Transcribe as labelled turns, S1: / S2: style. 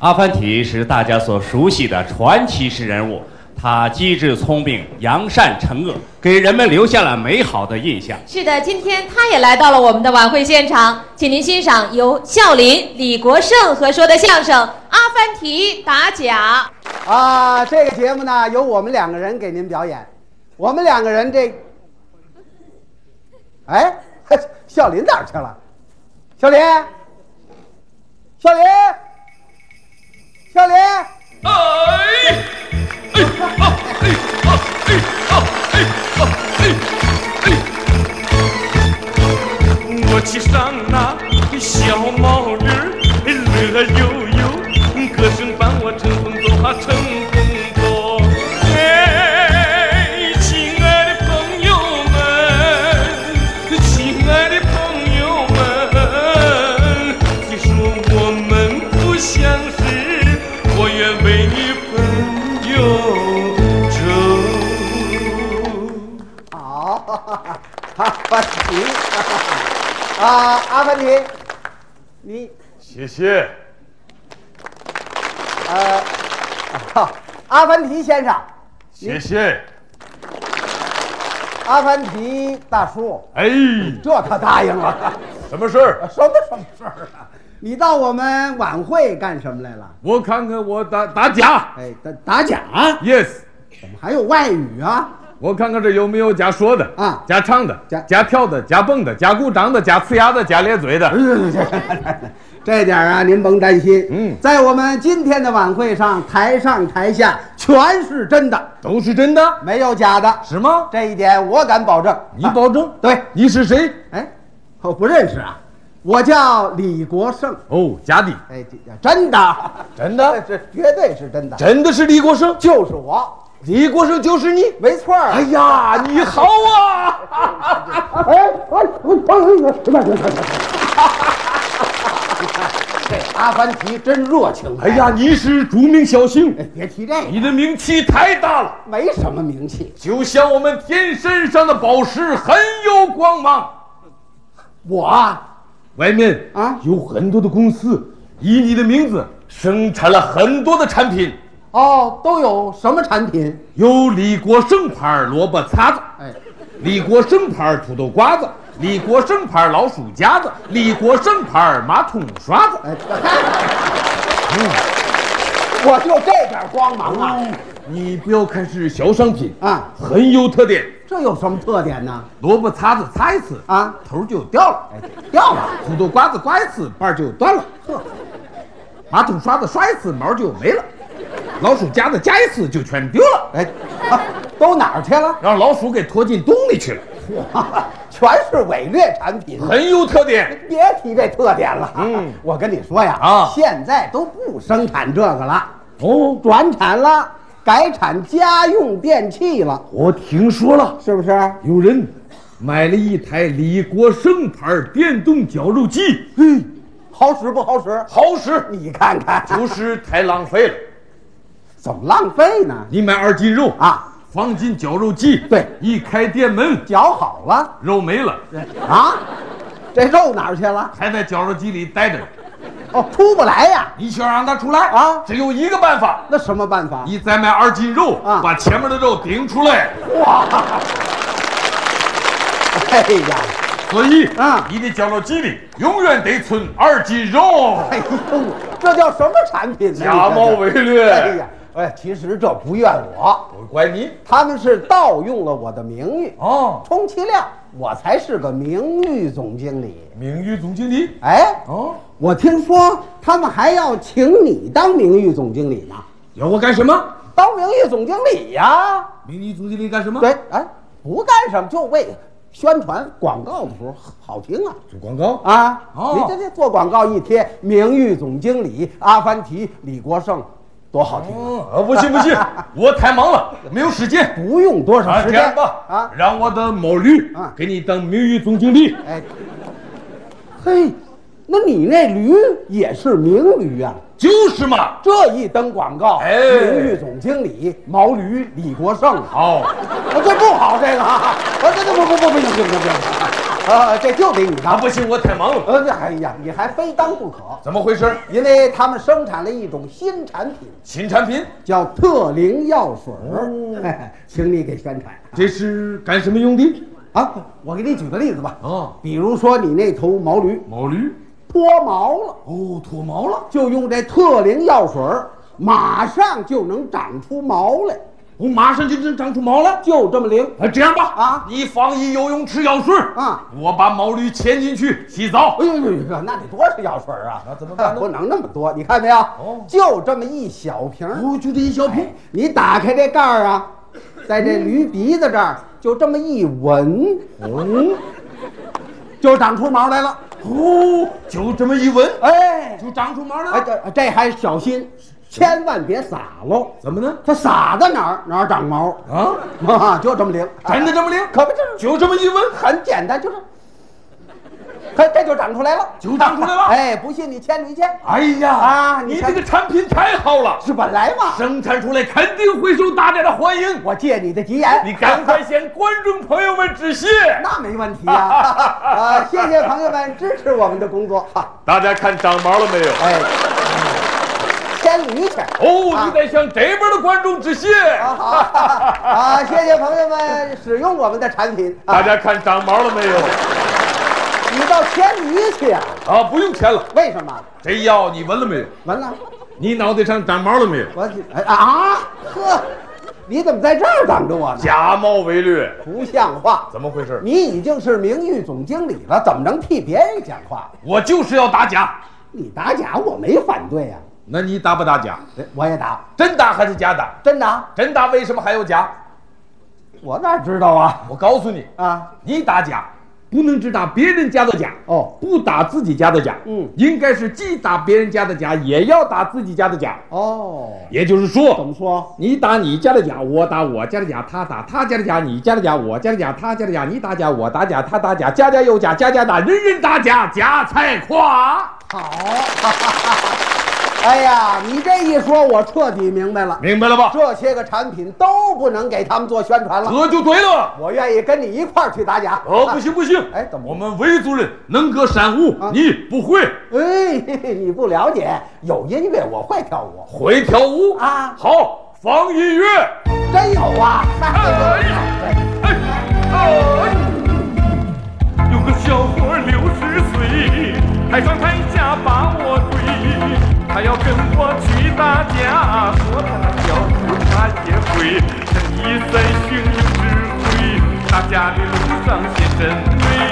S1: 阿凡提是大家所熟悉的传奇式人物，他机智聪明、扬善惩恶，给人们留下了美好的印象。
S2: 是的，今天他也来到了我们的晚会现场，请您欣赏由笑林、李国盛合说的相声《阿凡提打假》。
S3: 啊，这个节目呢，由我们两个人给您表演。我们两个人这，哎，笑林哪儿去了？小林，小林，小林，
S4: 哎，哎啊，哎啊，哎啊，哎啊，哎哎。我骑上那小毛驴儿，乐悠悠，歌声伴我乘风走啊，乘风走。哎，亲爱的朋友们，亲爱的朋友们，你说我们不相识，我愿为你朋友愁。
S3: 好，阿凡提，啊，阿凡提，你
S5: 谢谢。
S3: 呃，啊阿凡提先生，
S5: 谢谢。
S3: 阿凡提大叔，
S5: 哎，
S3: 这可答应了。
S5: 什么事儿？
S3: 什么什么事儿啊？你到我们晚会干什么来了？
S5: 我看看我打打假
S3: 哎，打打假？
S5: ，yes，
S3: 怎么还有外语啊？
S5: 我看看这有没有假说的
S3: 啊
S5: 假唱的，
S3: 假
S5: 假跳的，假蹦的，假鼓掌的，假呲牙的，假咧嘴
S3: 哎
S5: 的。
S3: 这点儿啊，您甭担心。
S5: 嗯
S3: 在我们今天的晚会上，台上台下全是真的，
S5: 都是真的？
S3: 没有假的。
S5: 是吗？
S3: 这一点我敢保证。
S5: 你保证？
S3: 啊对
S5: 你是谁？
S3: 哎，我不认识啊，我叫李国盛。
S5: 哦，假的，
S3: 哎，这真的，
S5: 真的
S3: 这这绝对是真的，
S5: 真的是李国盛，
S3: 就是我，
S5: 李国盛就是你。
S3: 没错儿。啊
S5: 哎呀，你好啊！
S3: 哎哎哎哎哎哎！这阿凡提真热情。
S5: 哎呀，，你是著名小姓，
S3: 别提这个，
S5: 你的名气太大了。
S3: 没什么名气。
S5: 就像我们天身上的宝石很有光芒。
S3: 我啊
S5: 外面
S3: 啊
S5: 有很多的公司以你的名字生产了很多的产品，
S3: 哦，都有什么产品？
S5: 有李国盛牌萝卜碴子，
S3: 哎，
S5: 李国盛牌土豆瓜子，李国盛牌老鼠夹子，李国盛牌马桶刷子。
S3: 哎，我就这点光芒啊！
S5: 哦你不要看是小商品
S3: 啊
S5: 很有特点。
S3: 这有什么特点呢？
S5: 萝卜碴子擦一次
S3: 啊
S5: 头就掉了。哎
S3: 掉了，
S5: 土豆瓜子刮一次瓣儿就断了，马桶刷子刷一次毛就没了，老鼠夹子夹一次就全丢了，
S3: 哎，啊都哪儿去了？
S5: 让老鼠给拖进洞里去了，
S3: 全是伪劣产品。
S5: 很有特点。
S3: 别提这特点了。
S5: 嗯
S3: 我跟你说呀，
S5: 啊
S3: 现在都不生产这个了，
S5: 哦，
S3: 转产了，改产家用电器了，
S5: 我听说了，
S3: 是不是？
S5: 有人买了一台李国盛牌电动绞肉机，
S3: 嘿，好使不好使？
S5: 好使，
S3: 你看看，
S5: 就是太浪费了。
S3: 怎么浪费呢？
S5: 你买二斤肉
S3: 啊，
S5: 放进绞肉机，
S3: 对
S5: 一开店门，
S3: 绞好了
S5: 肉没了，
S3: 啊，这肉哪儿去了？
S5: 还在绞肉机里待着呢。
S3: 哦，出不来呀。
S5: 你想让它出来
S3: 啊
S5: 只有一个办法，
S3: 那什么办法？
S5: 你再买二斤肉，
S3: 啊
S5: 把前面的肉顶出来。
S3: 哎呀，
S5: 所以
S3: 啊
S5: 你的绞肉机里永远得存二斤肉。
S3: 哎呦，这叫什么产品呢？
S5: 假冒伪劣
S3: 哎呀，哎，其实这不怨我，
S5: 我怪你
S3: 他们是盗用了我的名誉。
S5: 哦，
S3: 充其量我才是个名誉总经理。
S5: 名誉总经理
S3: 哎，
S5: 哦，
S3: 我听说他们还要请你当名誉总经理呢，
S5: 要我干什么？
S3: 当名誉总经理呀？
S5: 名誉总经理干什么？
S3: 对，，哎，不干什么就为宣传广告的时候好听啊。
S5: 做广告。
S3: 啊，
S5: 哦
S3: 你这这做广告一贴，名誉总经理阿凡提李国盛，多好听啊！
S5: 哦，不信不 信，我太忙了，没有时间。
S3: 不用多少
S5: 啊，
S3: 时
S5: 这
S3: 间
S5: 样吧，
S3: 啊，
S5: 让我的某驴
S3: 啊
S5: 给你当名誉总经理。
S3: 哎，嘿，那你那驴也是名驴啊？
S5: 就是嘛，
S3: 这一登广告，
S5: 哎
S3: 名誉总经理毛驴李国盛，
S5: 好，
S3: 啊我这不好，这个啊，我这这不不不不行不行不行，啊，这就得你当。
S5: 不行，我太忙了。
S3: 呃，这哎呀，你还非当不可，
S5: 怎么回事？
S3: 因为他们生产了一种新产品，
S5: 新产品？
S3: 叫特灵药水儿，
S5: 哦
S3: 嘿请你给宣传
S5: 这是干什么用的？
S3: 啊！我给你举个例子吧，
S5: 啊，
S3: 比如说你那头毛驴
S5: 毛驴。
S3: 脱毛了，
S5: 哦，脱毛了。
S3: 就用这特灵药水儿，马上就能长出毛来，
S5: 我哦马上就能长出毛来。
S3: 就这么灵。
S5: 啊，这样吧，
S3: 啊
S5: 你防疫游泳池药水
S3: 啊，
S5: 我把毛驴牵进去洗澡。
S3: 哎呦呦呦，那得多少药水儿啊？
S5: 那怎么办呢
S3: 不能那么多，你看没有？
S5: 哦
S3: 就这么一小瓶儿。
S5: 哦，就这一小瓶
S3: 哎，你打开这盖儿啊，在这驴鼻子这儿就这么一闻，嗯，就长出毛来了。
S5: 哦，就这么一闻，
S3: 哎，
S5: 就长出毛来
S3: 哎，
S5: 了。
S3: 这这还小心，千万别撒喽。
S5: 怎么呢？
S3: 它撒在哪儿哪儿长毛，
S5: 啊，
S3: 啊，就这么灵，
S5: 真的这么灵？
S3: 可不就是
S5: 就这么一闻，
S3: 很简单，就是，它这就长出来了，
S5: 就长出来了
S3: 哎，不信你牵你牵，
S5: 哎呀，
S3: 啊你
S5: 你
S3: 看
S5: 这个产品太好了，
S3: 是本来嘛，
S5: 生产出来肯定会受大家的欢迎。
S3: 我借你的吉言，
S5: 你赶快向观众朋友们致谢。
S3: 那没问题啊！啊，谢谢朋友们支持我们的工作。哈
S5: 大家看长毛了没有？
S3: 哎，牵驴去。
S5: 哦，
S3: 啊
S5: 你得向这边的观众致谢。
S3: 啊好啊，谢谢朋友们使用我们的产品。啊
S5: 大，家看长毛了没有？
S3: 你到牵驴去啊？
S5: 啊，不用钱了。
S3: 为什么？
S5: 这药你闻了没有？
S3: 完了，
S5: 你脑袋上长毛了没有？
S3: 我哎啊呵，你怎么在这儿等着我呢？
S5: 假冒伪劣，
S3: 不像话！
S5: 怎么回事？
S3: 你已经是名誉总经理了，怎么能替别人讲话？
S5: 我就是要打假。
S3: 你打假，我没反对呀、
S5: 那你打不打假？
S3: 哎我也打，
S5: 真打还是假打？
S3: 真的啊，
S5: 真打为什么还有假？
S3: 我哪知道啊？
S5: 我告诉你，
S3: 啊，
S5: 你打假不能只打别人家的假
S3: 哦
S5: 不打自己家的假。
S3: 嗯
S5: 应该是既打别人家的假，也要打自己家的假。
S3: 哦，
S5: 也就是
S3: 怎么
S5: 说，
S3: 说？
S5: 你打你家的假，我打我家的假，他打他家的假，你家的假，我家的假，他家的假，你打假，我打假，他打假，家家有假，家家打，人人打假，假才垮。
S3: 好，哎呀，你这一说，我彻底明白了，
S5: 明白了吧？
S3: 这些个产品都不能给他们做宣传了。
S5: 这就对了。
S3: 我愿意跟你一块儿去打假。
S5: 哦，不行不行，
S3: 哎怎么啊
S5: 我们维族人能歌善舞，你不会，
S3: 哎，嘿嘿你不了解，有音乐我会跳舞，
S5: 会跳舞
S3: 啊
S5: 好，放音乐。
S3: 真有啊！
S5: 哎呀，哎哎，
S6: 有个小伙六十岁，台上台下把我追，他要跟我去打架，说他跳舞他也会，真一身英雄智慧，大家的路上显真美。